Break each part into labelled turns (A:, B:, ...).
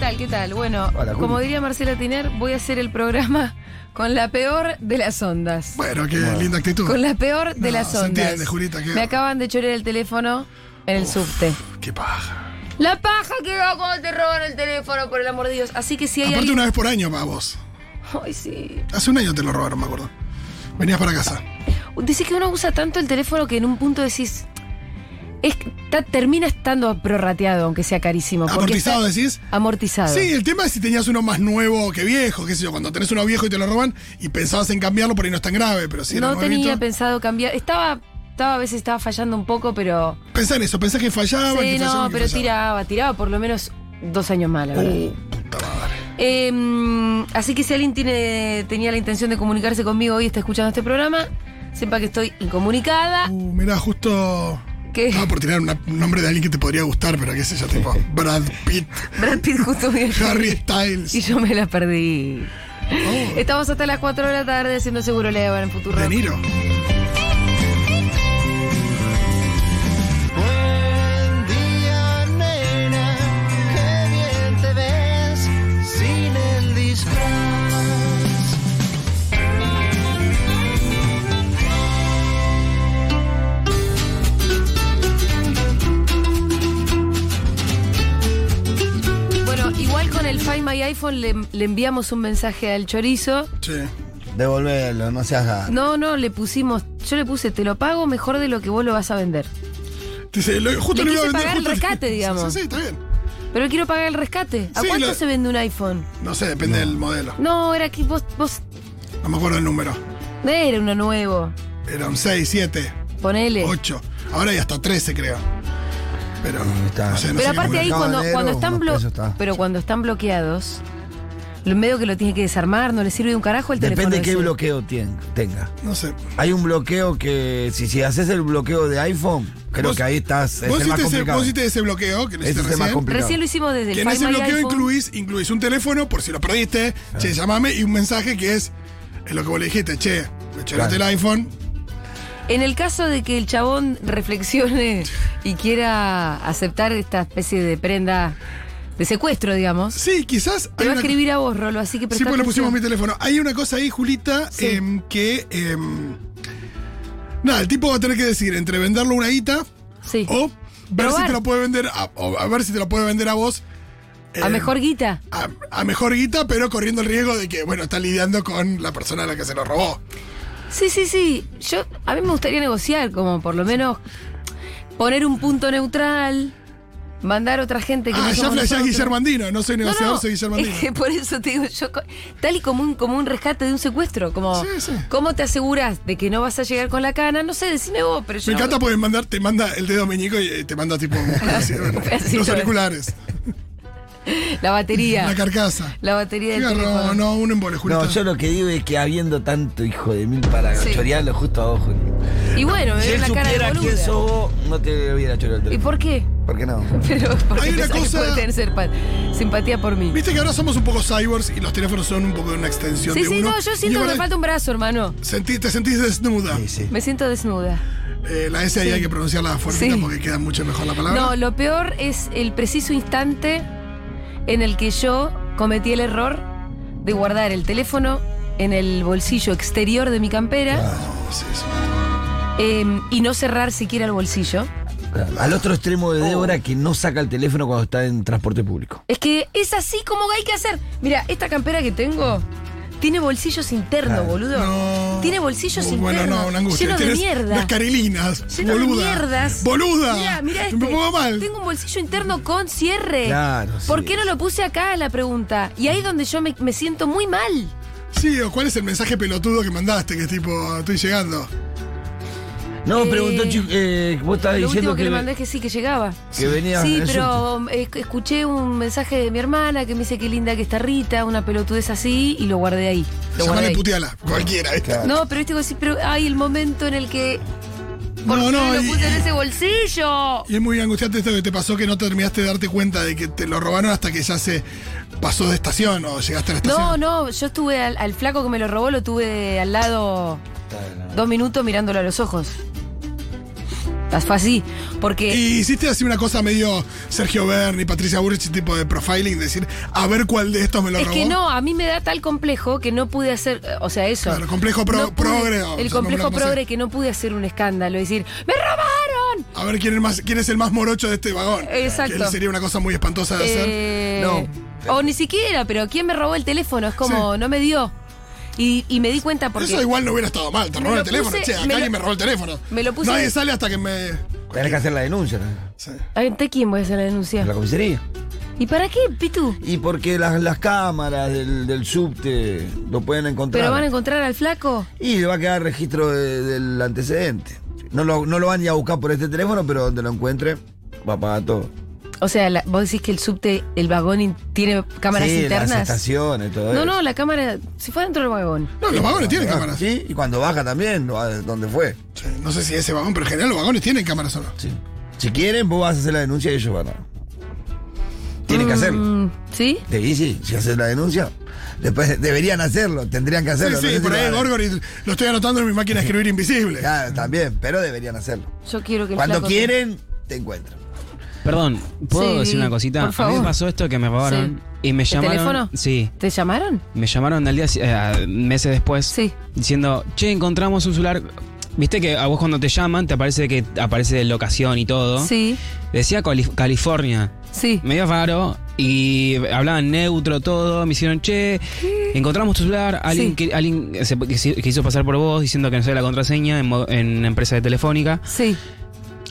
A: tal? ¿Qué tal? Bueno,
B: Hola, Juli.
A: como diría Marcela Tiner, voy a hacer el programa con la peor de las ondas.
C: Bueno, qué linda actitud.
A: Con la peor de
C: No,
A: las
C: se
A: ondas.
C: entiende, Julita, que-
A: Me acaban de chorear el teléfono en el subte.
C: Qué paja.
A: La paja que da cuando te roban el teléfono, por el amor de Dios. Así que si hay
C: Aparte
A: alguien.
C: una vez por año, va vos.
A: Ay, sí.
C: Hace un año te lo robaron, me acuerdo. Venías para casa.
A: Dice que uno usa tanto el teléfono que en un punto decís. Es, ta- termina estando prorrateado, aunque sea carísimo. porque
C: ¿Amortizado
A: está-
C: decís?
A: Amortizado.
C: Sí, el tema es si tenías uno más nuevo que viejo, qué sé yo. Cuando tenés uno viejo y te lo roban y pensabas en cambiarlo, por ahí no es tan grave, pero si era
A: no tenía
C: nuevito-
A: pensado cambiar. Estaba, estaba, a veces estaba fallando un poco, pero.
C: Pensá en eso, pensás que fallaba.
A: sí,
C: Ah, que fallaba,
A: no,
C: que
A: pero
C: fallaba.
A: tiraba, tiraba por lo menos dos años más, la verdad.
C: Uh, puta madre.
A: Eh, así que si alguien tiene, tenía la intención de comunicarse conmigo hoy y está escuchando este programa, sepa que estoy incomunicada.
C: Uh, mirá, justo.
A: Que
C: Estaba por tirar una- un nombre de alguien que te podría gustar, pero qué sé yo, tipo Brad Pitt,
A: Brad Pitt justo me
C: Harry
A: y
C: Styles.
A: yo me la perdí.
C: Oh,
A: Estamos hasta las 4 de la tarde haciendo seguro Levan en Futuro.
C: de Niro.
D: Buen día, nena, qué bien te ves sin el disfraz.
A: Bueno, igual con el Find My iPhone le, le enviamos un mensaje al chorizo.
C: Sí.
B: Devolverlo, no seas gato.
A: No, no, le pusimos, yo le puse, te lo pago mejor de lo que vos lo vas a vender.
C: Dice, lo- justo
A: Le
C: lo iba
A: quise
C: a vender,
A: pagar el
C: justo-
A: rescate, digamos.
C: Sí, sí, está bien.
A: Pero quiero pagar el rescate. ¿A
C: Sí,
A: cuánto
C: la-
A: se vende un iPhone?
C: No sé, depende del modelo.
A: No, era que vos, vos,
C: No me acuerdo el número.
A: era uno nuevo.
C: Eran 6, 7,
A: Ponele.
C: 8. Ahora hay hasta 13, creo. Pero,
B: Mm, está.
C: no sé, no
A: pero
C: sé
A: aparte
C: qué
A: ahí
C: número.
A: cuando,
B: Mercado
A: cuando
B: Negro,
A: están
B: unos
A: blo-
B: pesos está.
A: pero cuando están bloqueados, lo medio que lo tiene que desarmar, no le sirve de un carajo el teléfono.
B: Depende qué
A: ese.
B: bloqueo tien- tenga.
C: No sé.
B: Hay un bloqueo que, si, si haces el bloqueo de iPhone, creo
C: Vos-
B: que ahí estás. Es
C: Vos
B: el más
C: hiciste, ese,
B: complicado.
C: vos hiciste ese bloqueo que lo
B: Ese
C: hiciste
B: es el más
C: recién.
B: complicado.
A: Recién lo hicimos desde el
C: Que en
A: Find
C: ese
A: My
C: bloqueo
A: iPhone.
C: incluís, incluís un teléfono por si lo perdiste,
B: Ah.
C: che, llamame y un mensaje que es, es lo que vos le dijiste, che, me choraste
B: Claro.
C: el iPhone,
A: En el caso de que el chabón reflexione y quiera aceptar esta especie de prenda de secuestro, digamos,
C: Sí, quizás.
A: te
C: hay
A: va a
C: una-
A: escribir a vos, Rolo, así que
C: Sí,
A: prestá
C: pues le
A: atención.
C: pusimos mi teléfono. Hay una cosa ahí, Julita,
A: Sí.
C: em, que. em, nada, el tipo va a tener que decidir entre venderlo una guita
A: Sí.
C: o ver
A: Probar.
C: si te lo puede vender a, o a ver si te lo puede vender a vos.
A: a
C: em,
A: mejor guita.
C: A, a mejor guita, pero corriendo el riesgo de que, bueno, está lidiando con la persona a la que se lo robó.
A: Sí, sí, sí. Yo, a mí me gustaría negociar, como por lo menos poner un punto neutral, mandar otra gente que
C: Ah,
A: no
C: ya
A: somos
C: flashás
A: nosotros.
C: Guillermandino. No soy
A: No,
C: negociador,
A: no,
C: soy Guillermandino.
A: es que por eso te digo, yo, co- tal y como un, como un rescate de un secuestro, como
C: Sí, sí.
A: ¿cómo te aseguras de que no vas a llegar con la cana? No sé, decime vos, pero yo
C: Me
A: no-
C: encanta porque mandar, te manda el dedo meñico y eh, te manda tipo así, bueno,
A: Así
C: los
A: lo-
C: auriculares,
A: la batería,
C: la carcasa.
A: la batería
C: Qué
A: del teléfono.
C: garrón, no, un embole, Julita.
B: No, yo lo que digo es que habiendo tanto hijo de mil para
A: Sí.
B: chorearlo justo a vos, Juli.
A: Y bueno, me
B: Si
A: ven
B: él
A: la cara de
B: supiera quién
A: boluda.
B: sos vos, no te hubiera choreado el
A: ¿Y
B: teléfono.
A: por qué?
B: ¿Por qué no?
A: Pero porque
C: Hay una
A: pensás que
C: cosa-
A: puede tener serpa- simpatía por mí.
C: Viste que ahora somos un poco cyborgs y los teléfonos son un poco una extensión
A: Sí,
C: de
A: sí,
C: uno.
A: no, yo
C: Y
A: siento que
C: igual
A: me falta un brazo, hermano.
C: sentí- te sentís desnuda.
B: Sí, sí.
A: Me siento desnuda.
C: Eh, la S ahí hay que pronunciarla fuertita
A: Sí.
C: porque queda mucho mejor la palabra.
A: No, lo peor es el preciso instante en el que yo cometí el error de guardar el teléfono en el bolsillo exterior de mi campera
B: Ah.
C: No, sí, sí.
A: em, y no cerrar siquiera el bolsillo.
B: Claro. Al otro extremo
A: Oh.
B: de Débora que no saca el teléfono cuando está en transporte público.
A: Es que es así como hay que hacer. Mira, esta campera que tengo tiene bolsillos internos,
B: Claro.
A: boludo.
C: No.
A: Tiene bolsillos
C: Uy,
A: internos.
C: Bueno, no, una angustia.
A: Lleno de
C: Tenés
A: mierda.
C: Las carilinas.
A: Lleno de
C: boluda.
A: mierdas.
C: Boluda.
A: Mirá, mirá este.
C: Me pongo mal.
A: Tengo un bolsillo interno con cierre.
B: Claro,
A: ¿Por
B: sí.
A: qué no lo puse acá la pregunta? Y ahí es donde yo me, me siento muy mal.
C: Sí, o cuál es el mensaje pelotudo que mandaste, que es tipo, estoy llegando.
B: No,
A: Eh,
B: preguntó, chico, eh, vos estabas
A: Lo último
B: diciendo
A: que,
B: que,
A: le mandé es que sí, que llegaba.
B: que venía.
A: Sí,
B: eso.
A: pero eh, esc- escuché un mensaje de mi hermana que me dice qué linda que está Rita, una pelotudez así, y lo guardé ahí. Lo guardé
C: Llamale
A: ahí.
C: puteala. Cualquiera, ¿viste?
A: No, pero viste, sí, pero hay el momento en el que. ¿Por
C: No,
A: qué
C: no,
A: lo
C: y-
A: puse en ese bolsillo?
C: Y es muy angustiante esto que te pasó que no terminaste de darte cuenta de que te lo robaron hasta que ya se pasó de estación o llegaste a la estación.
A: No, no, yo estuve al, al flaco que me lo robó, lo tuve al lado
B: Claro.
A: dos minutos mirándolo a los ojos. Fue así. Porque.
C: Y hiciste así una cosa medio Sergio Berni, Patricia Burrich, tipo de profiling, decir, a ver cuál de estos me lo
A: es
C: robó.
A: que no, a mí me da tal complejo que no pude hacer. eh, O sea, eso.
C: Claro, complejo pro-
A: No pude-
C: progre, o
A: El complejo
C: sea, complejo, no sé.
A: progre que no pude hacer un escándalo. y Decir, ¡me robaron!
C: A ver quién es, más, quién es el más morocho de este vagón.
A: Exacto.
C: Que sería una cosa muy espantosa de hacer.
A: Eh,
B: No.
A: O ni siquiera, pero ¿quién me robó el teléfono? Es como, no me dio. Y, y me di cuenta porque.
C: Eso igual no hubiera estado mal, te
A: Me
C: robó
A: lo
C: el teléfono.
A: puse-
C: che, acá
A: me lo-
C: alguien me robó el teléfono.
A: me lo puse-
C: Nadie sale hasta que me.
B: Tenés que hacer la denuncia ¿no?
C: Sí.
A: ¿Ante quién voy a hacer la
B: en
A: denuncia?
B: la comisaría.
A: ¿Y para qué, Pitu?
B: Y porque las, las cámaras del, del subte lo pueden encontrar.
A: ¿Pero van a encontrar al flaco?
B: Y le va a quedar registro de- del antecedente. No lo, no lo van ni a buscar por este teléfono, pero donde lo encuentre va a pagar todo.
A: O sea, la- vos decís que el subte, el vagón in- tiene cámaras
B: sí, las
A: internas.
B: estaciones, todo
A: No,
B: eso.
A: no, la cámara. Si fue dentro del vagón.
C: No, los vagones tienen cámaras.
B: Sí, y cuando baja también, lo- a donde fue.
C: Sí, No sé si ese vagón, pero en general los vagones tienen cámaras o no.
B: Sí. Si quieren, vos vas a hacer la denuncia y ellos van a... Tienen que hacerlo.
A: Mm, ¿Sí?
B: Te sí, si haces la denuncia, después deberían hacerlo, tendrían que
C: Sí,
B: hacerlo. no
C: sí,
B: sé si
C: por
B: lo
C: ahí
B: van a-
C: Gorgory lo estoy anotando en mi máquina de escribir invisible.
B: Claro, también, pero deberían hacerlo.
A: Yo quiero que el
B: Cuando
A: flaco-
B: quieren, te encuentran.
E: Perdón, ¿puedo
A: Sí,
E: decir una cosita?
A: por
E: A mí
A: favor.
E: me pasó esto que me robaron y me llamaron.
A: teléfono?
E: Sí.
A: ¿Te llamaron?
E: Me llamaron al día eh, meses después
A: Sí.
E: diciendo, "Che, encontramos un celular." ¿Viste que a vos cuando te llaman te aparece que aparece de locación y todo?
A: Sí,
E: Decía Cali- California.
A: sí.
E: Medio raro y hablaban neutro todo, me hicieron, "Che, encontramos tu celular." Alguien
A: Sí.
E: que alguien se- que se- que hizo pasar por vos diciendo que no sé la contraseña en, mo- en empresa de telefónica.
A: Sí.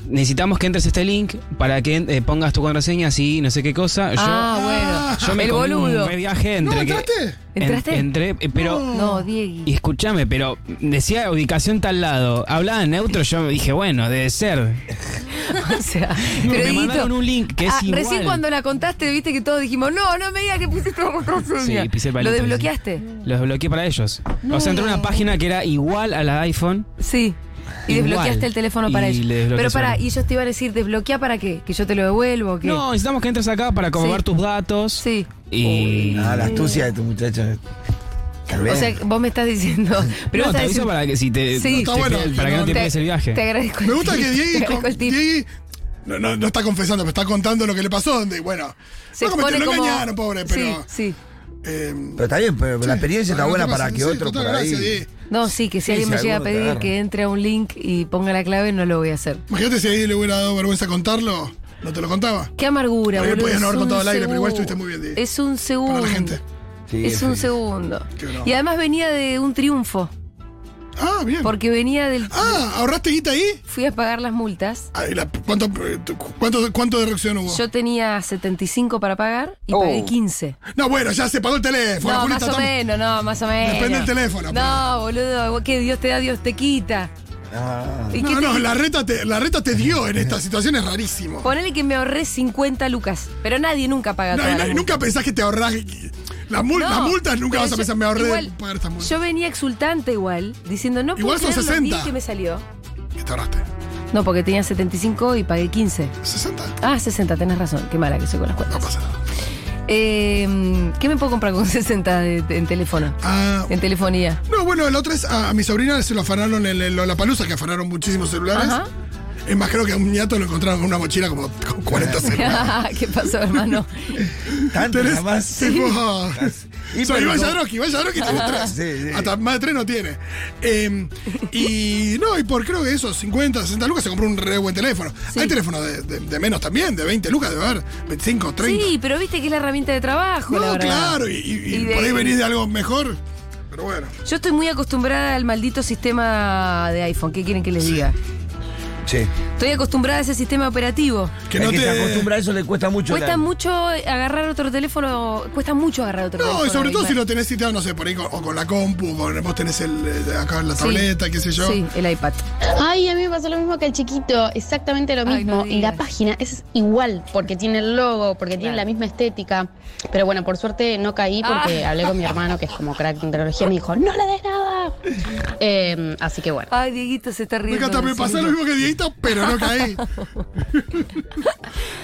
E: Necesitamos que entres a este link para que eh, pongas tu contraseña, así, no sé qué cosa. Yo-
A: ah, bueno.
E: yo me
A: el
E: comí
A: boludo.
E: un re viaje
C: ¿No
E: entre que-
C: entraste?
E: en-
A: ¿Entraste?
E: entré, eh, pero.
A: No, Diego.
E: Y escúchame, pero decía ubicación tal lado. Hablaba en neutro, yo dije, bueno, debe ser.
A: O sea, pero
E: me mandaron
A: Dieguito, Ah,
E: un link que es igual.
A: Recién cuando la contaste, viste que todos dijimos, no, no me digas que pusiste la contraseña.
E: Sí, pisé el
A: ¿Lo
E: palito,
A: desbloqueaste?
E: Los bloqueé para ellos.
A: No.
E: O sea, entré a una página que era igual a la de iPhone.
A: Sí. Y
E: Igual.
A: desbloqueaste el teléfono para
E: Y
A: ellos.
E: le desbloqueé
A: Pero
E: el
A: para,
E: celular.
A: y ellos te iban a decir, ¿desbloquea para qué? ¿Que yo te lo devuelvo? o qué?
E: No, necesitamos que entres acá para comprobar
A: Sí.
E: tus datos.
A: Sí.
E: Y.
B: Ah, la astucia de tu muchacho. Tal vez.
A: O sea, vos me estás diciendo. Pero
E: no,
A: vos
E: te
A: estás
E: aviso
A: diciendo-
E: para que si te.
A: Sí.
E: te-
A: Está
C: bueno,
E: para que no te
A: Te-
E: pierdas el viaje.
A: Te agradezco. el
C: Me gusta
A: tip,
C: que
A: te
C: Diego.
A: agradezco el tip.
C: no, no, no está confesando, pero está contando lo que le pasó. Donde, bueno,
A: Se
C: no cometió,
A: expone
C: lo
A: como-
C: engañaron, pobre, pero.
A: Sí, sí.
C: eh,
B: Pero está bien, pero la experiencia está buena
C: Bueno, ¿qué
B: para
C: pasa?
B: que
C: Sí,
B: otro
C: total,
B: por ahí.
C: gracias, eh. Diego.
A: No, sí, que si
B: Sí,
A: alguien
B: si
A: me llega a
B: alguno te
A: pedir
B: agarra.
A: que entre a un link y ponga la clave, no lo voy a hacer.
C: Imagínate si ahí le hubiera dado vergüenza contarlo, no te lo contaba.
A: Qué amargura,
C: Pero bien
A: boludo.
C: podías no haber
A: es un
C: contado al aire, pero igual
A: segundo.
C: estuviste muy bien, Diego.
A: Es un segundo.
C: Para la gente.
B: Sí,
A: Es
B: es
A: un
B: feliz.
A: segundo.
C: Qué bravo.
A: Y además venía de un triunfo,
C: Ah, bien.
A: porque venía del...
C: Ah, ¿ahorraste guita ahí?
A: Fui a pagar las multas.
C: Ay, la- ¿cuánto, eh, tu- cuánto, cuánto de reducción hubo?
A: Yo tenía 75 para pagar y
B: Oh.
A: pagué 15.
C: No, bueno, ya se pagó el teléfono.
A: No,
C: Julita,
A: más o
C: estamos-
A: menos, no, más o menos.
C: Depende del teléfono,
A: No, boludo, que Dios te da, Dios te quita.
B: Ah,
A: ¿Y qué
C: No,
A: te-
C: no, la reta, te, la reta te dio en esta situación, es rarísimo.
A: Ponele que me ahorré 50 lucas, pero nadie nunca paga
C: No,
A: toda la
C: y no- y
A: multa.
C: nunca pensás que te ahorrás. Las, mul-
A: No,
C: las multas nunca
A: pero
C: vas a
A: yo-
C: pensar, me ahorré de
A: igual,
C: pagar estas multas.
A: Yo venía exultante igual, diciendo, no puedo
C: Igual son
A: creer lo
C: 60.
A: bien que me salió.
C: ¿Qué te ahorraste?
A: No, porque tenía 75 y pagué 15.
C: ¿60?
A: Ah, 60, tenés razón. Qué mala que soy con las
C: No
A: cuentas.
C: pasa nada.
A: Eh, ¿Qué me puedo comprar con 60 de- de- en teléfono?
C: Ah,
A: En telefonía.
C: no, bueno, el otro es ah, a, a mi sobrina se lo afanaron en el- la palusa, que afanaron muchísimos celulares.
A: Ajá.
C: Es más, creo que a un niato lo encontraron con una mochila como con 40 celulares.
A: ¿Qué pasó, hermano?
B: tanto nada más.
C: Tipo,
B: Y
C: soy
B: pero-
C: Iván Yadrowski, Iván Yadrowski tiene tres.
B: Sí, sí.
C: Hasta más de tres no tiene. Eh, y no, y por creo que esos 50, 60 lucas se compró un re buen teléfono.
A: Sí.
C: Hay teléfonos de, de- de menos también, de 20 lucas, de ver, 25, 30.
A: Sí, pero viste que es la herramienta de trabajo, la
C: no,
A: verdad.
C: claro, y, y- y
A: Y de-
C: por ahí venís de algo mejor. Pero bueno.
A: Yo estoy muy acostumbrada al maldito sistema de iPhone. ¿Qué quieren que les diga?
B: Sí.
A: Estoy acostumbrada a ese sistema operativo.
C: Que
B: El
C: no
B: que se
C: te.
B: acostumbra a eso le cuesta mucho.
A: Cuesta
B: la-
A: mucho agarrar otro teléfono. Cuesta mucho agarrar otro teléfono.
C: No, y sobre todo si
A: iPad.
C: lo tenés citado, no sé, por ahí con, o con la compu, con, vos tenés el, eh, acá en la
A: Sí.
C: tableta, qué sé yo.
A: Sí, el iPad.
F: Ay, a mí me pasó lo mismo que al chiquito, exactamente lo
A: Ay,
F: mismo.
A: no
F: y la
A: digas.
F: página es igual, porque tiene el logo, porque tiene
A: Claro. Ah.
F: la misma estética. Pero bueno, por suerte no caí porque hablé con mi hermano, que es como crack en tecnología, y me dijo, no le des nada. Eh, así que bueno.
A: Ay, Dieguito se está
C: Me
A: riendo.
C: encanta,
A: de
C: me
A: sí
C: pasó lo
A: mismo.
C: mismo que Dieguito, pero no caí.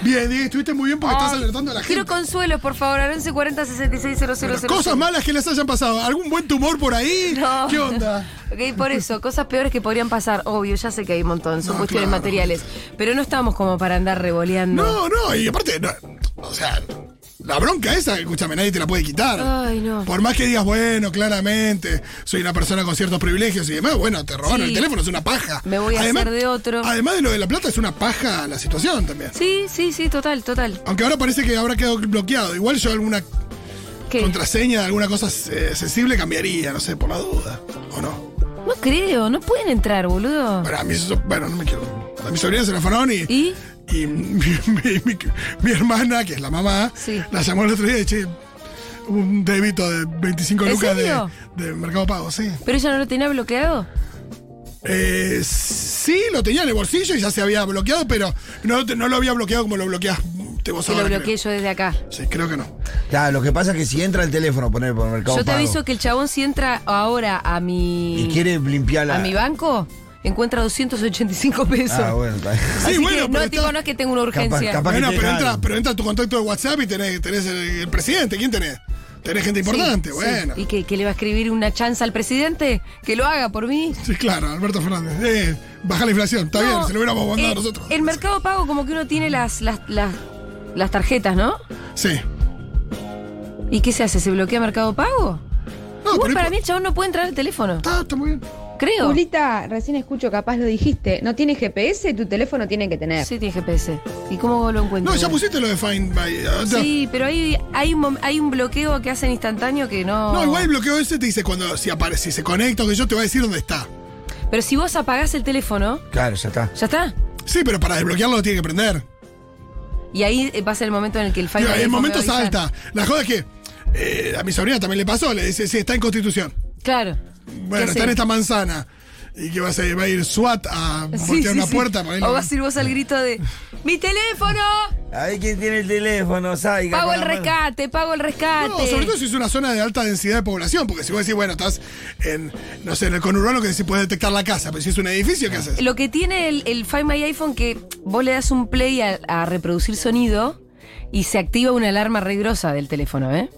C: Bien, Diego, estuviste muy bien porque estás alertando a la
A: Quiero
C: gente.
A: consuelos, por favor, al 1140
C: Las
A: 660000.
C: Cosas malas que les hayan pasado. ¿Algún buen tumor por ahí?
A: No.
C: ¿Qué onda?
A: Ok, por eso, cosas peores que podrían pasar, obvio, ya sé que hay un montón, son
C: No,
A: cuestiones
C: claro.
A: materiales, pero no estamos como para andar revoleando.
C: No, no, y aparte, no, o sea, la bronca esa, escúchame, nadie te la puede quitar.
A: Ay, no.
C: Por más que digas, bueno, claramente, soy una persona con ciertos privilegios y demás, bueno, te robaron
A: Sí.
C: el teléfono, es una paja.
A: Me voy a hacer de otro.
C: Además de lo de la plata, es una paja la situación también.
A: Sí, sí, sí, total, total.
C: Aunque ahora parece que habrá quedado bloqueado. Igual yo alguna
A: ¿Qué?
C: contraseña, alguna cosa eh, sensible cambiaría, no sé, por la duda. ¿O no?
A: No creo, no pueden entrar, boludo.
C: Para mí, eso- bueno, no me quiero. A mi sobrina se la fueron y.
A: ¿Y?
C: Y mi, mi- mi- mi hermana, que es la mamá,
A: Sí.
C: la llamó el otro día y che, hubo un débito de 25
A: ¿En
C: lucas de,
A: serio?
C: de Mercado Pago, sí.
A: ¿Pero ella no lo tenía bloqueado?
C: Eh, sí, lo tenía en el bolsillo y ya se había bloqueado, pero no, te- no lo había bloqueado como lo bloqueás te vos
A: Que lo
C: ahora,
A: bloqueé
C: creo.
A: yo desde acá.
C: Sí, creo que no.
B: Claro, lo que pasa es que si entra el teléfono, poner por mercado.
A: Yo te
B: Pago,
A: aviso que el chabón si entra ahora a mi
B: Y quiere limpiar la.
A: a mi banco, encuentra 285 pesos.
B: Ah, bueno, está bien.
C: Sí,
A: Así
C: bueno,
A: que,
C: pero
A: no,
C: está-
A: tipo, no es que tengo una urgencia.
B: Capaz que
C: Bueno,
B: te
C: pero
B: dejaron.
C: entra, pero entra tu contacto de WhatsApp y tenés, tenés el, el presidente. ¿Quién tenés? Tenés gente
A: Sí,
C: importante,
A: sí.
C: bueno.
A: ¿Y que, que le va a escribir una chanza al presidente? ¿Que lo haga por mí?
C: Sí, claro, Alberto Fernández. Eh, baja la inflación, está bien,
A: No,
C: se lo hubiéramos mandado
A: eh,
C: nosotros.
A: En Mercado Pago como que uno tiene las, las, las, las tarjetas, ¿no?
C: Sí.
A: ¿Y qué se hace? ¿Se bloquea Mercado Pago?
C: No,
A: Igual
C: pero
A: para mí el chabón no puede entrar al teléfono.
C: Está, está muy bien.
A: Creo.
G: Julita, recién escucho, capaz lo dijiste. No tiene GPS, tu teléfono tiene que tener.
A: Sí, tiene GPS. ¿Y cómo lo encuentro?
C: No, ya pusiste lo de Find by. eh, o sea,
A: Sí, pero hay, hay, un, mom- hay un bloqueo que hacen instantáneo que no.
C: No, igual el bloqueo ese te dice cuando si aparece, si se conecta o que yo te va a decir dónde está.
A: Pero si vos apagás el teléfono,
B: Claro, ya está.
A: ya está.
C: Sí, pero para desbloquearlo lo tiene que prender.
A: Y ahí eh, va a ser el momento en el que el
C: Y
A: fallo.
C: en el momento salta. La joda es que eh, a mi sobrina también le pasó, le dice, sí, está en constitución.
A: Claro.
C: Bueno, está
A: hacer?
C: en esta manzana. Y que va a, ser- va a ir SWAT a
A: Sí,
C: voltear
A: sí,
C: una
A: sí.
C: puerta. para ir-
A: O vas a ir vos al grito de: ¡Mi teléfono!
B: A ver quién tiene el teléfono, Saiga.
A: ¡Pago
B: con
A: el
B: la mano.
A: rescate! ¡Pago el rescate!
C: No, sobre todo si es una zona de alta densidad de población, porque si vos decís, bueno, estás en, no sé, en el conurbano que decís puedes detectar la casa, pero si es un edificio, ¿qué haces?
A: Lo que tiene el, el Find My iPhone que vos le das un play a, a reproducir sonido y se activa una alarma regrosa del teléfono, ¿eh?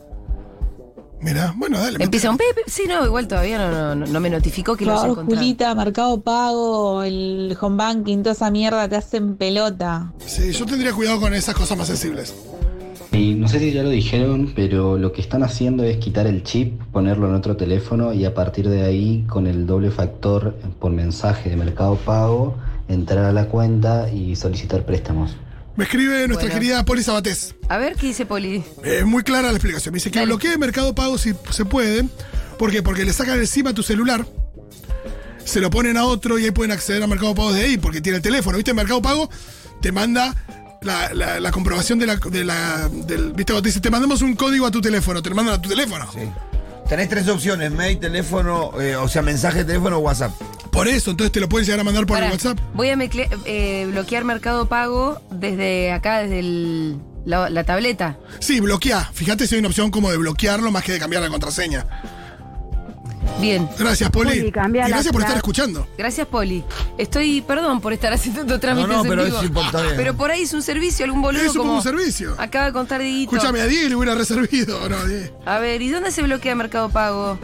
C: Mira, bueno, dale.
A: Empieza un pip, pip. Sí, no, igual todavía no, no- no me notificó que lo has
H: Claro,
A: encontrado.
H: Julita, Mercado Pago, el home banking, toda esa mierda te hacen pelota.
C: Sí, yo tendría cuidado con esas cosas más sensibles.
I: Y no sé si ya lo dijeron, pero lo que están haciendo es quitar el chip, ponerlo en otro teléfono y a partir de ahí, con el doble factor por mensaje de Mercado Pago, entrar a la cuenta y solicitar préstamos.
C: Me escribe nuestra
A: Bueno.
C: querida Poli Sabatés.
A: A ver qué dice Poli.
C: Eh, muy clara la explicación. Me dice que
A: Dale.
C: bloquee Mercado Pago si se puede. ¿Por qué? Porque le sacan encima tu celular, se lo ponen a otro y ahí pueden acceder a Mercado Pago de ahí porque tiene el teléfono. ¿Viste? Mercado Pago te manda la, la- la comprobación de la, de la- del. ¿Viste? Cuando Te dice, te mandamos un código a tu teléfono, te lo mandan a tu teléfono.
B: Sí. Tenés tres opciones: mail, teléfono, eh, o sea, mensaje, de teléfono o WhatsApp.
C: Por eso, entonces te lo pueden llegar a mandar por
A: Pará,
C: el WhatsApp.
A: Voy a mecle- eh, bloquear Mercado Pago desde acá, desde el- la, la tableta.
C: Sí, bloquea. Fíjate si hay una opción como de bloquearlo más que de cambiar la contraseña.
A: Bien.
C: Gracias, Poli.
G: Poli,
C: y
G: cambia la-
C: gracias por estar
G: la-
C: escuchando.
A: Gracias, Poli. Estoy, perdón por estar haciendo otro trámite
B: no,
A: en
B: pero
A: vivo.
B: es importante.
A: Pero por ahí es un servicio, algún boludo
C: Es un
A: como-
C: servicio.
A: Acaba de contar Dieguito.
C: Escúchame, a Diego le hubiera reservado, ¿no? Diego?
A: A ver, ¿y dónde se bloquea Mercado Pago?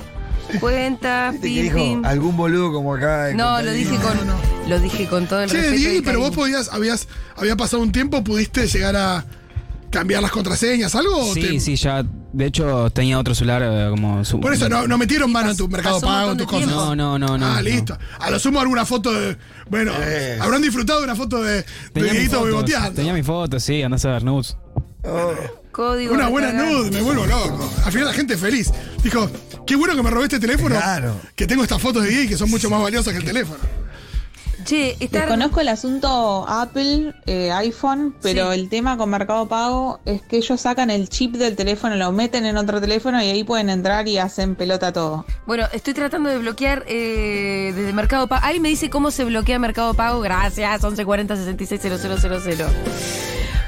A: Cuenta,
B: ¿Viste que
A: pim,
B: dijo?
A: pim.
B: Algún boludo como acá. de
A: No,
B: contar-
A: lo dije con, lo dije con todo el
C: Che,
A: respeto. y
C: Diego, pero vos
A: cariño.
C: podías, habías, había pasado un tiempo, pudiste llegar a cambiar las contraseñas, algo. o
E: Sí,
C: te-
E: sí, ya. De hecho, tenía otro celular eh, como su.
C: Por eso no, no metieron mano en tu
A: pasó
C: mercado
A: un montón
C: pago, en
A: de
C: tus cosas.
A: tiempo.
E: No, no, no, no.
C: ah,
E: no.
C: listo. A lo sumo alguna foto de. Bueno,
B: Eh.
C: habrán disfrutado de una foto de, de
E: Tenía mis
C: Dieguito
E: fotos,
C: beboteando.
E: tenía mi foto, sí, andás a ver nudes.
B: Oh,
A: Código
C: Una
A: de
C: buena
A: cargar.
C: nude, me vuelvo loco. Al final la gente es feliz. Dijo, qué bueno que me robé este teléfono.
B: Claro.
C: Que tengo estas fotos de Diego y que son mucho más valiosas que el teléfono.
A: Che, está.
H: Desconozco el asunto Apple, eh, iPhone, pero
A: Sí.
H: el tema con Mercado Pago es que ellos sacan el chip del teléfono, lo meten en otro teléfono y ahí pueden entrar y hacen pelota todo.
A: Bueno, estoy tratando de bloquear eh, desde Mercado Pago. Ahí me dice cómo se bloquea Mercado Pago. Gracias, 1140 660000.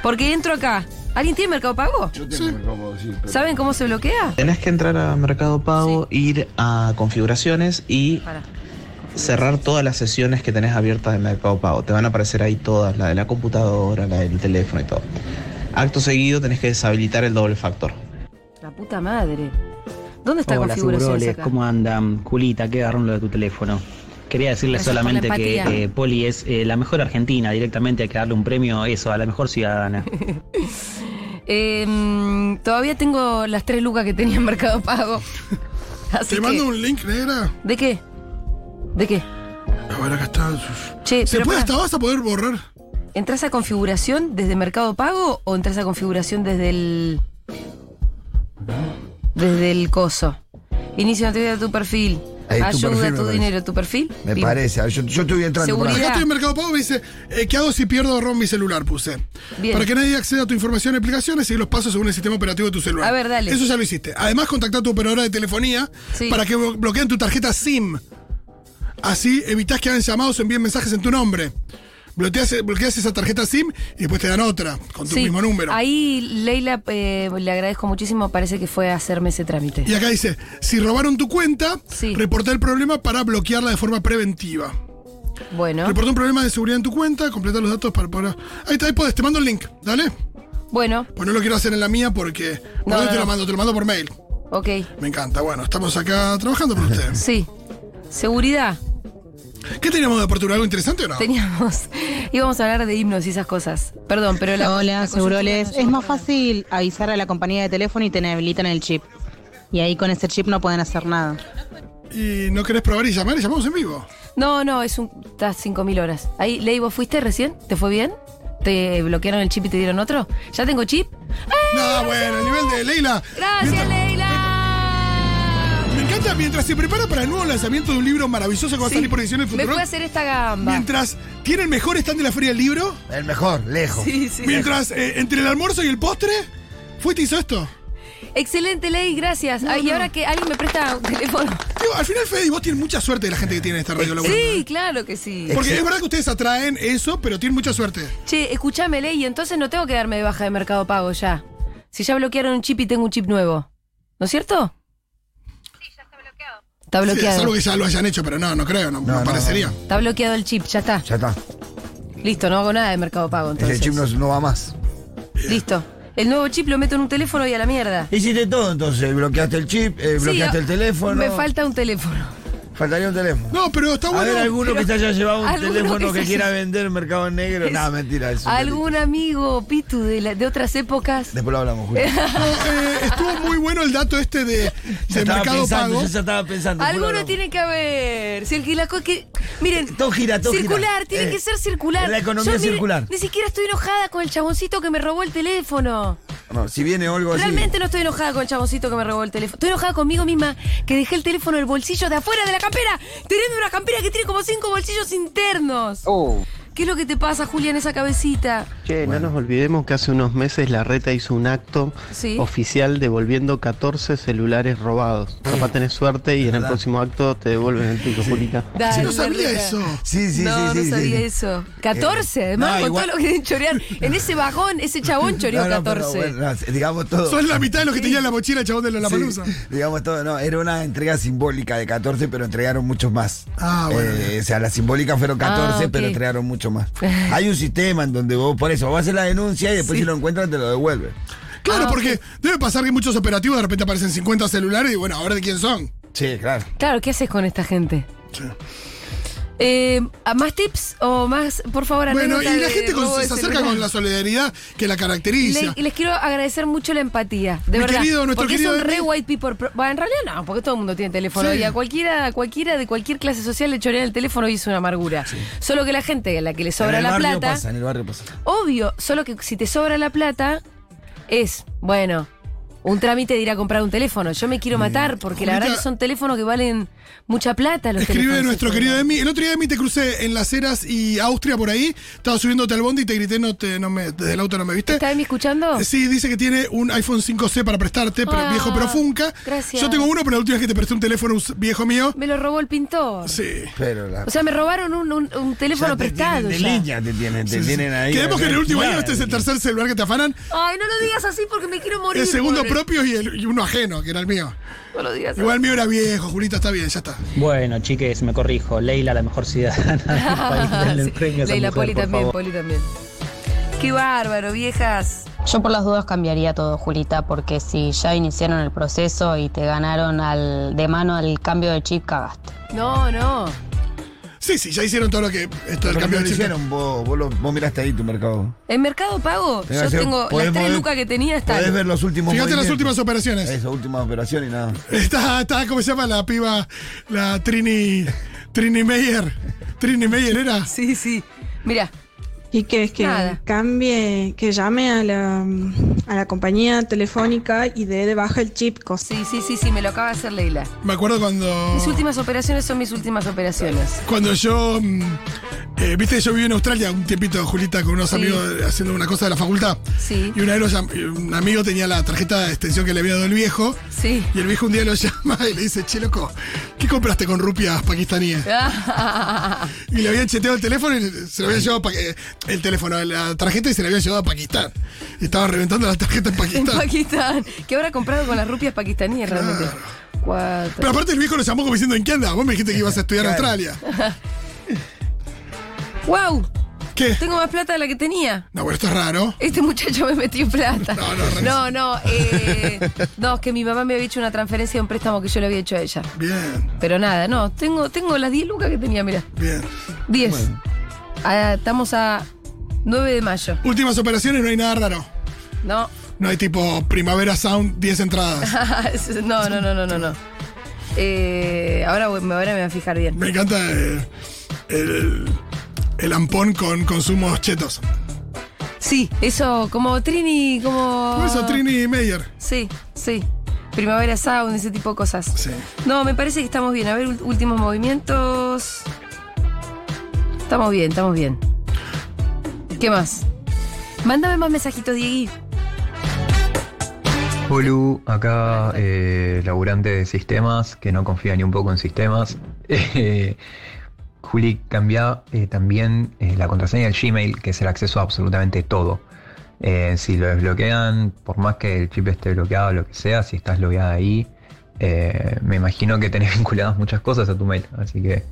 A: Porque entro acá. ¿Alguien tiene Mercado Pago?
B: yo tengo como decir, pero-
A: ¿Saben cómo se bloquea?
J: Tenés que entrar a Mercado Pago, ir a configuraciones y
A: Para.
J: cerrar todas las sesiones que tenés abiertas de Mercado Pago. Te van a aparecer ahí todas, la de la computadora, la del teléfono y todo. Acto seguido tenés que deshabilitar el doble factor.
A: La puta madre. ¿Dónde está la
K: Hola,
A: configuración
K: Seguroles,
A: acá?
K: Oh, ¿cómo andan? Julita, qué agarrón lo de tu teléfono. Quería decirle
A: Gracias por la
K: solamente que
A: empatía.
K: eh, Poli es eh, la mejor argentina, directamente hay que darle un premio eso, a la mejor ciudadana.
A: Eh, mm, todavía tengo las tres lucas que tenía en Mercado Pago. Así
C: Te
A: que-
C: mando un link, negra.
A: ¿De qué? ¿De qué?
C: Ahora acá está.
A: Che,
C: ¿Se
A: pero
C: puede
A: pará.
C: hasta vas a poder borrar?
A: ¿Entras a configuración desde Mercado Pago o entras a configuración desde el. desde el coso? Inicio una actividad de tu perfil.
B: Ahí tu
A: Ayuda
B: perfil, me
A: tu
B: parece.
A: dinero, tu perfil.
B: Me
A: Bien.
B: parece, a ver, yo, yo estoy entrando. pará.
C: Acá estoy en Mercado Pago me dice, eh, ¿qué hago si pierdo ROM mi celular? Puse.
A: Bien.
C: Para que nadie acceda a tu información y aplicaciones, sigue los pasos según el sistema operativo de tu celular.
A: A ver, dale.
C: Eso ya lo hiciste. Además, contacta a tu operadora de telefonía
A: Sí.
C: para que blo- bloqueen tu tarjeta SIM. Así evitas que hagan llamados o envíen mensajes en tu nombre. Bloqueas, bloqueas esa tarjeta SIM y después te dan otra con tu
A: Sí,
C: mismo número.
A: Ahí Leila eh, le agradezco muchísimo, parece que fue a hacerme ese trámite.
C: Y acá dice, si robaron tu cuenta,
A: Sí.
C: reporta el problema para bloquearla de forma preventiva.
A: Bueno.
C: Reporta un problema de seguridad en tu cuenta, completa los datos para... para- Ahí está, ahí podés, te mando el link, ¿dale?
A: Bueno,
C: Pues no lo quiero hacer en la mía porque.
A: No,
C: No,
A: no,
C: te
A: no.
C: lo mando, te lo mando por mail.
A: ok.
C: Me encanta. Bueno, estamos acá trabajando por ustedes.
A: Sí. Seguridad.
C: ¿Qué teníamos de apertura? ¿Algo interesante o no?
A: Teníamos. Íbamos a hablar de himnos y esas cosas. Perdón, pero la.
L: Hola,
A: la
L: Seguroles.
A: coyuntura
L: Es
A: no
L: más fácil avisar a la compañía de teléfono y te habilitan el chip. Y ahí con ese chip no pueden hacer nada.
C: ¿Y no querés probar y llamar? Y llamamos en vivo.
A: No, no, es un. Estás 5.000 horas. Ahí, Ley, ¿vos fuiste recién? ¿Te fue bien? ¿Te bloquearon el chip y te dieron otro? ¿Ya tengo chip?
C: Nada, bueno, el nivel de Leila.
A: ¡Gracias, Leila!
C: Me encanta mientras se prepara para el nuevo lanzamiento de un libro maravilloso que va a
A: Sí.
C: salir por Ediciones
A: Me
C: Futuro.
A: fue a hacer esta gamba.
C: Mientras tiene el mejor stand de la Feria del Libro,
B: El mejor, lejos.
A: Sí, sí.
C: mientras eh, entre el almuerzo y el postre, fuiste y hizo esto.
A: Excelente, Ley, gracias. Ay, y ahora que alguien me presta un teléfono.
C: Digo, al final, Fede, y vos tienes mucha suerte de la gente que tiene en esta radio. laburando.
A: Sí, claro que sí.
C: Porque es verdad que ustedes atraen eso, pero tienen mucha suerte.
A: Che, escúchame, Ley, entonces no tengo que darme de baja de Mercado Pago ya. Si ya bloquearon un chip y tengo un chip nuevo. ¿No es cierto? Sí, ya está
C: Sí,
A: bloqueado. Está
C: es
A: bloqueado.
C: algo que ya lo hayan hecho, pero no, no creo, no, no
B: no,
C: parecería.
A: Está bloqueado el chip, ya está.
B: Ya está.
A: Listo, no hago nada de Mercado Pago entonces.
B: Ese chip no, no va más.
A: Listo. El nuevo chip lo meto en un teléfono y a la mierda.
B: Hiciste todo entonces. Bloqueaste el chip, eh, bloqueaste
A: Sí,
B: el teléfono.
A: Me falta un teléfono.
B: Faltaría un teléfono.
C: No, pero está
B: a
C: bueno.
B: ver, alguno que se haya llevado un
A: alguno
B: teléfono
A: que
B: que,
A: se-
B: quiera vender en Mercado Negro.
A: Es-
B: Nada, mentira. es un
A: Algún amigo, Pitu, de, la- de otras épocas.
B: delito. Después lo hablamos, Julio.
C: No, eh, estuvo muy bueno el dato este de,
B: Ya
C: de
B: estaba
C: Mercado
B: pensando,
C: Pago.
B: yo ya estaba pensando. después lo
A: Alguno
B: hablamos.
A: tiene que haber. Cirqui- la co- que- miren,
B: Todo gira, todo gira.
A: circular, tiene
B: Eh,
A: que ser circular.
B: la economía
A: Yo, miren,
B: circular.
A: Ni siquiera estoy enojada con el chaboncito que me robó el teléfono.
B: No, si viene o algo así.
A: Realmente no estoy enojada con el chaboncito que me robó el teléfono. Estoy enojada conmigo misma que dejé el teléfono en el bolsillo de afuera de la campera. Teniendo una campera que tiene como cinco bolsillos internos.
B: Oh.
A: ¿Qué es lo que te pasa, Julia, en esa cabecita?
M: Che, Eh, no nos olvidemos que hace unos meses la reta hizo un acto
A: Sí.
B: Oh.
M: oficial devolviendo 14 celulares robados. Capaz tenés suerte y en el próximo acto te devuelven el pico, Julita.
A: Dale,
C: no sabía
A: Rita.
C: eso.
B: Sí, sí,
A: no,
B: sí,
A: no
B: sí,
A: sabía
B: sí.
A: eso. 14,
B: Eh,
A: además,
B: no,
A: con
B: igual-
A: todo lo que deben chorear. En ese vagón, ese chabón choreó
B: No, no, pero
A: 14.
B: bueno, no, digamos todo.
C: Son la mitad de lo que tenía en la mochila el chabón de la
B: Sí,
C: palusa.
B: digamos todo, no, era una entrega simbólica de 14, pero entregaron muchos más.
C: Ah, bueno.
B: Eh, o sea, las simbólicas fueron 14,
A: Ah, ok.
B: pero entregaron mucho más. Hay un sistema en donde vos, por eso, vos haces la denuncia y después
A: Sí.
B: si lo encuentran te lo devuelve.
C: Claro,
A: Ah,
C: porque debe pasar que muchos operativos de repente aparecen 50 celulares y bueno, ahora de quién son.
B: Sí, claro.
A: Claro, ¿qué haces con esta gente?
C: Sí.
A: Eh, ¿a ¿Más tips o más, por favor,
C: Bueno, y
A: anécdota
C: la
A: de
C: gente con-
A: robo de
C: se acerca
A: celular?
C: con la solidaridad que la
A: Y,
C: caracteriza.
A: le- y les quiero agradecer mucho la empatía, de
C: Mi
A: verdad.
C: querido, nuestro
A: porque
C: querido
A: es un re
C: Emi.
A: white people. pro- Bueno, en realidad no, porque todo el mundo tiene teléfono.
C: Sí.
A: Y a cualquiera, a cualquiera de cualquier clase social le chorean el teléfono y es una amargura. Solo que la gente a la que le
B: en
A: sobra
B: el
A: la
B: barrio
A: plata.
B: pasa, en el barrio pasa.
A: Obvio, solo que si te sobra la plata, es, bueno, un trámite de ir a comprar un teléfono. Yo me quiero matar porque la
C: Julita,
A: verdad que son teléfonos que valen mucha plata los
C: Escribe
A: teléfonos.
C: nuestro
A: estos.
C: querido Emi. El otro día Emi te crucé en Las Heras y Austria por ahí. Estaba subiéndote al bondi y te grité, no te, no me, desde el auto no me viste.
A: ¿Está Emi escuchando?
C: Eh, Sí, dice que tiene un iPhone 5C para prestarte, pero
A: Ah,
C: viejo pero funca.
A: gracias.
C: Yo tengo uno, pero la última vez que te presté un teléfono us- viejo mío.
A: Me lo robó el pintor.
C: Sí.
B: Pero la.
A: O sea, me robaron un, un- un teléfono
B: Ya te
A: prestado.
B: tienen De
A: ya.
B: línea te tienen, te tienen ahí.
C: Queremos que en el último año
B: Claro.
C: este es el tercer celular que te afanan.
A: Ay, no lo digas así porque me quiero morir.
C: el segundo
A: pobre
C: propios y, el- y uno ajeno, que era el mío.
A: No lo digas.
C: Igual el mío era viejo, Julito, está bien, ya está.
K: Bueno, chiques, me corrijo. Leila, la mejor ciudadana del país. Denle el
A: Sí.
K: premio a esa
A: Leila,
K: mujer,
A: Poli
K: por
A: también,
K: favor.
A: Poli también. Qué bárbaro, viejas.
F: Yo por las dudas cambiaría todo, Julita, porque si ya iniciaron el proceso y te ganaron al, de mano el cambio de chip, cagaste.
A: No, no.
C: Sí, sí, ya hicieron todo lo que. Esto del
B: Pero
C: cambio
B: no
C: de
B: lo
C: chip.
B: hicieron, vos, vos, lo- vos miraste ahí tu mercado.
A: En Mercado Pago,
B: Tenés que
A: yo
B: hacer-
A: tengo las
B: podés
A: tres
B: mover-
A: lucas que tenía
B: Podés
A: están.
B: ver los últimos
C: Fíjate las
B: movimientos.
C: últimas operaciones.
B: Esas últimas operaciones y nada.
C: Está, está, ¿cómo se llama la piba? La Trini. Trini Meyer. Trini Meyer era.
A: Sí, sí. Mira.
N: ¿Y querés que
A: Nada.
N: cambie, que llame a la, a la compañía telefónica y dé de baja el chip? cosa?
A: Sí, sí, sí, sí, me lo acaba de hacer Leila.
C: Me acuerdo cuando.
A: Mis últimas operaciones son mis últimas operaciones.
C: Cuando yo. mm, eh, Viste, yo viví en Australia un tiempito, Julita, con unos
A: Sí.
C: amigos eh, haciendo una cosa de la facultad.
A: Sí.
C: Y una vez lo llam- y eh, un amigo tenía la tarjeta de extensión que le había dado el viejo.
A: Sí.
C: Y el viejo un día lo llama y le dice, che, loco, ¿qué compraste con rupias pakistaníes? Y le habían cheteado el teléfono y se lo habían llevado a Pa- eh, el teléfono, la tarjeta y se la habían llevado a Pakistán. Y estaba reventando la tarjeta en
A: en
C: Pakistán.
A: Pakistán. Que habrá comprado con las rupias pakistaníes realmente.
B: Ah.
A: Cuatro.
C: Pero aparte el viejo lo llamó como diciendo, ¿en qué andas? Vos me dijiste que ibas a estudiar a Australia.
A: ¡Wow!
C: ¿Qué?
A: Tengo más plata de la que tenía.
C: No, bueno, esto es raro.
A: Este muchacho me metió plata. No, no, no. eh, no, es que mi mamá me había hecho una transferencia de un préstamo que yo le había hecho a ella.
C: Bien,
A: Pero nada, no, tengo, tengo las 10 lucas que tenía, mira.
C: bien.
A: 10. Ah, estamos a 9 de mayo.
C: Últimas operaciones, no hay nada raro.
A: No.
C: No hay tipo Primavera Sound, 10 entradas.
A: no, no, no, no, no, no. Eh, ahora, voy- me- ahora me voy a fijar bien.
C: Me encanta eh, el, el ampón con consumos chetos.
A: Sí, eso, como Trini, como.
C: Por eso Trini y Meyer.
A: Sí, sí. Primavera Sound, ese tipo de cosas.
C: Sí.
A: No, me parece que estamos bien. A ver, ul- últimos movimientos. Estamos bien, estamos bien. ¿Qué más? Mándame más mensajitos, Diegui.
O: Polu, acá eh, laburante de sistemas, que no confía ni un poco en sistemas. Eh, Juli, cambia eh, también eh, la contraseña del Gmail, que es el acceso a absolutamente todo. Eh, si lo desbloquean, por más que el chip esté bloqueado o lo que sea, si estás logueada ahí, eh, me imagino que tenés vinculadas muchas cosas a tu mail. Así que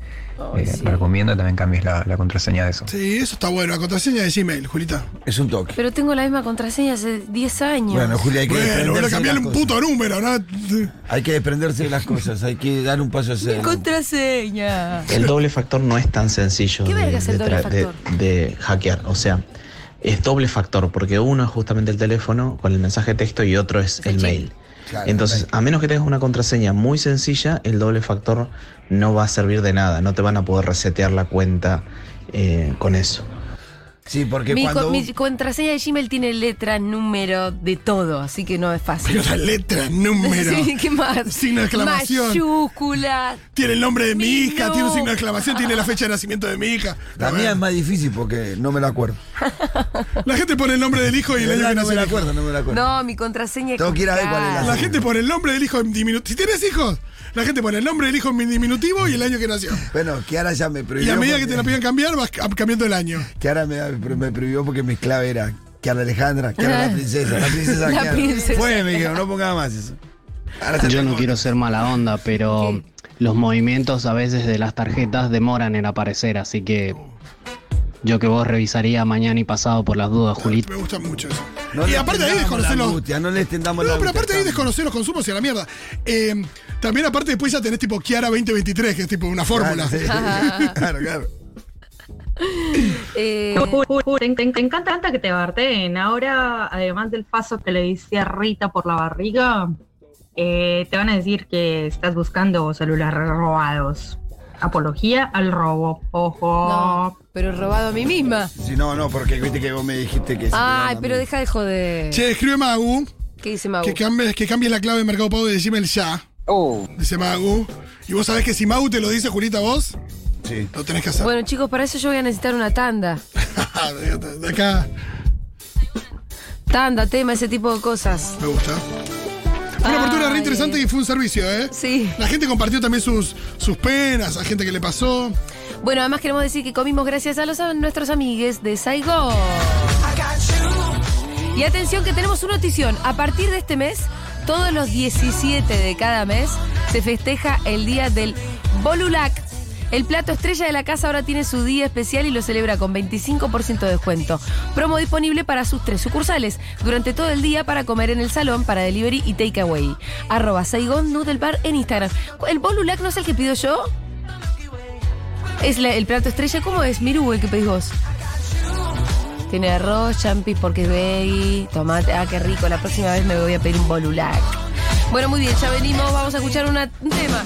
A: Oh,
O: eh, recomiendo también cambies la, la contraseña de eso.
C: Sí, eso está bueno. La contraseña de Gmail, Julita.
B: Es un toque.
A: Pero tengo la misma contraseña hace 10 años.
B: Julia, hay que
C: Bueno,
B: desprenderse
C: bueno,
B: de
C: cambiarle
B: las
C: un
B: cosas.
C: puto número, ¿no?
B: Hay que desprenderse de las cosas, hay que dar un paso hacia adelante.
A: Contraseña.
J: El doble factor no es tan sencillo
A: ¿Qué
J: de,
A: verga es el
J: de
A: doble
J: tra- de-
A: factor?
J: de hackear. O sea, es doble factor, porque uno es justamente el teléfono con el mensaje de texto y otro es el mail.
B: Claro,
J: Entonces, a menos que tengas una contraseña muy sencilla, el doble factor no va a servir de nada. No te van a poder resetear la cuenta eh, con eso.
B: Sí, porque
A: Mi, co- mi contraseña de Gmail tiene letra, número, de todo, así que no es fácil.
C: Pero la letra, número.
A: Sí, ¿qué más?
C: Signo de exclamación.
A: Mayúscula.
C: Tiene el nombre de mi hija,
A: no.
C: tiene un signo de exclamación, tiene la fecha de nacimiento de mi hija.
B: La mía es más difícil porque no me la acuerdo.
C: La gente pone el nombre del hijo y el año que
B: no
C: nació
B: me la
C: el hijo.
B: acuerdo, no me la acuerdo.
A: No, mi contraseña es
B: Tengo que ir a ver cuál es
A: complicada.
C: La gente pone el nombre del hijo en diminutivo. Si tienes hijos, la gente pone el nombre del hijo en diminutivo y el año que nació.
B: Bueno, que ahora ya me prohibió.
C: Y a medida que
B: porque-
C: te la pidan cambiar, vas ca- cambiando el año.
B: Que ahora me, me prohibió porque mi clave era que era Alejandra, que era la princesa, la princesa,
A: La
B: que era.
A: princesa.
B: Fue, me dijeron, no ponga más eso.
P: Yo no quiero ser mala onda, pero los movimientos a veces de las tarjetas demoran en aparecer, así que yo que vos revisaría mañana y pasado por las dudas, Julito.
C: Me gusta mucho eso.
B: No
C: y
B: le
C: aparte de ahí
B: extendamos
C: desconocer
B: la
C: los.
B: angustia, no le extendamos la
C: No, pero
B: angustia
C: aparte de ahí
B: tanto.
C: desconocer los consumos y a la mierda. Eh, también aparte después ya tenés tipo Kiara 2023, que es tipo una fórmula.
B: Claro, sí. claro, claro.
A: Eh,
Q: Ju- ju- ju- Te, te- te encanta tanto que te barteen. Ahora, además del paso que le dice a Rita por la barriga, eh, te van a decir que estás buscando celulares robados. Apología al robo. Ojo.
A: No, pero robado a mí misma.
B: Sí, no, no, porque viste que vos me dijiste que.
A: Ay,
B: no, no,
A: pero
B: no.
A: deja de joder.
C: Che, escribe Magu
A: ¿Qué dice Magu?
C: que cambies, que cambies la clave de Mercado Pago de Gmail ya.
B: Oh.
C: Dice Magu. Y vos sabés que si Magu te lo dice, Julita, vos,
B: Sí.
C: lo tenés que hacer.
A: Bueno, chicos, para eso yo voy a necesitar una tanda.
C: de acá
A: Tanda, tema, ese tipo de cosas.
C: me gusta. Una apertura re interesante y fue un servicio, ¿eh?
A: Sí.
C: La gente compartió también sus, sus penas, a gente que le pasó.
A: Bueno, además queremos decir que comimos gracias a los a nuestros amigues de Saigon. Y atención que tenemos una notición. A partir de este mes Todos los 17 de cada mes se festeja el día del Bolulac. El plato estrella de la casa ahora tiene su día especial y lo celebra con 25% de descuento. Promo disponible para sus tres sucursales durante todo el día para comer en el salón, para delivery y takeaway. Arroba Saigon Noodle Bar en Instagram. ¿El Bolulac no es el que pido yo? ¿Es la- el plato estrella? ¿Cómo es, Miru, el que pedís vos? Tiene arroz, champis porque es veggie, tomate. Ah, qué rico. La próxima vez me voy a pedir un bolulac. Bueno, muy bien, ya venimos. Vamos a escuchar una- un tema.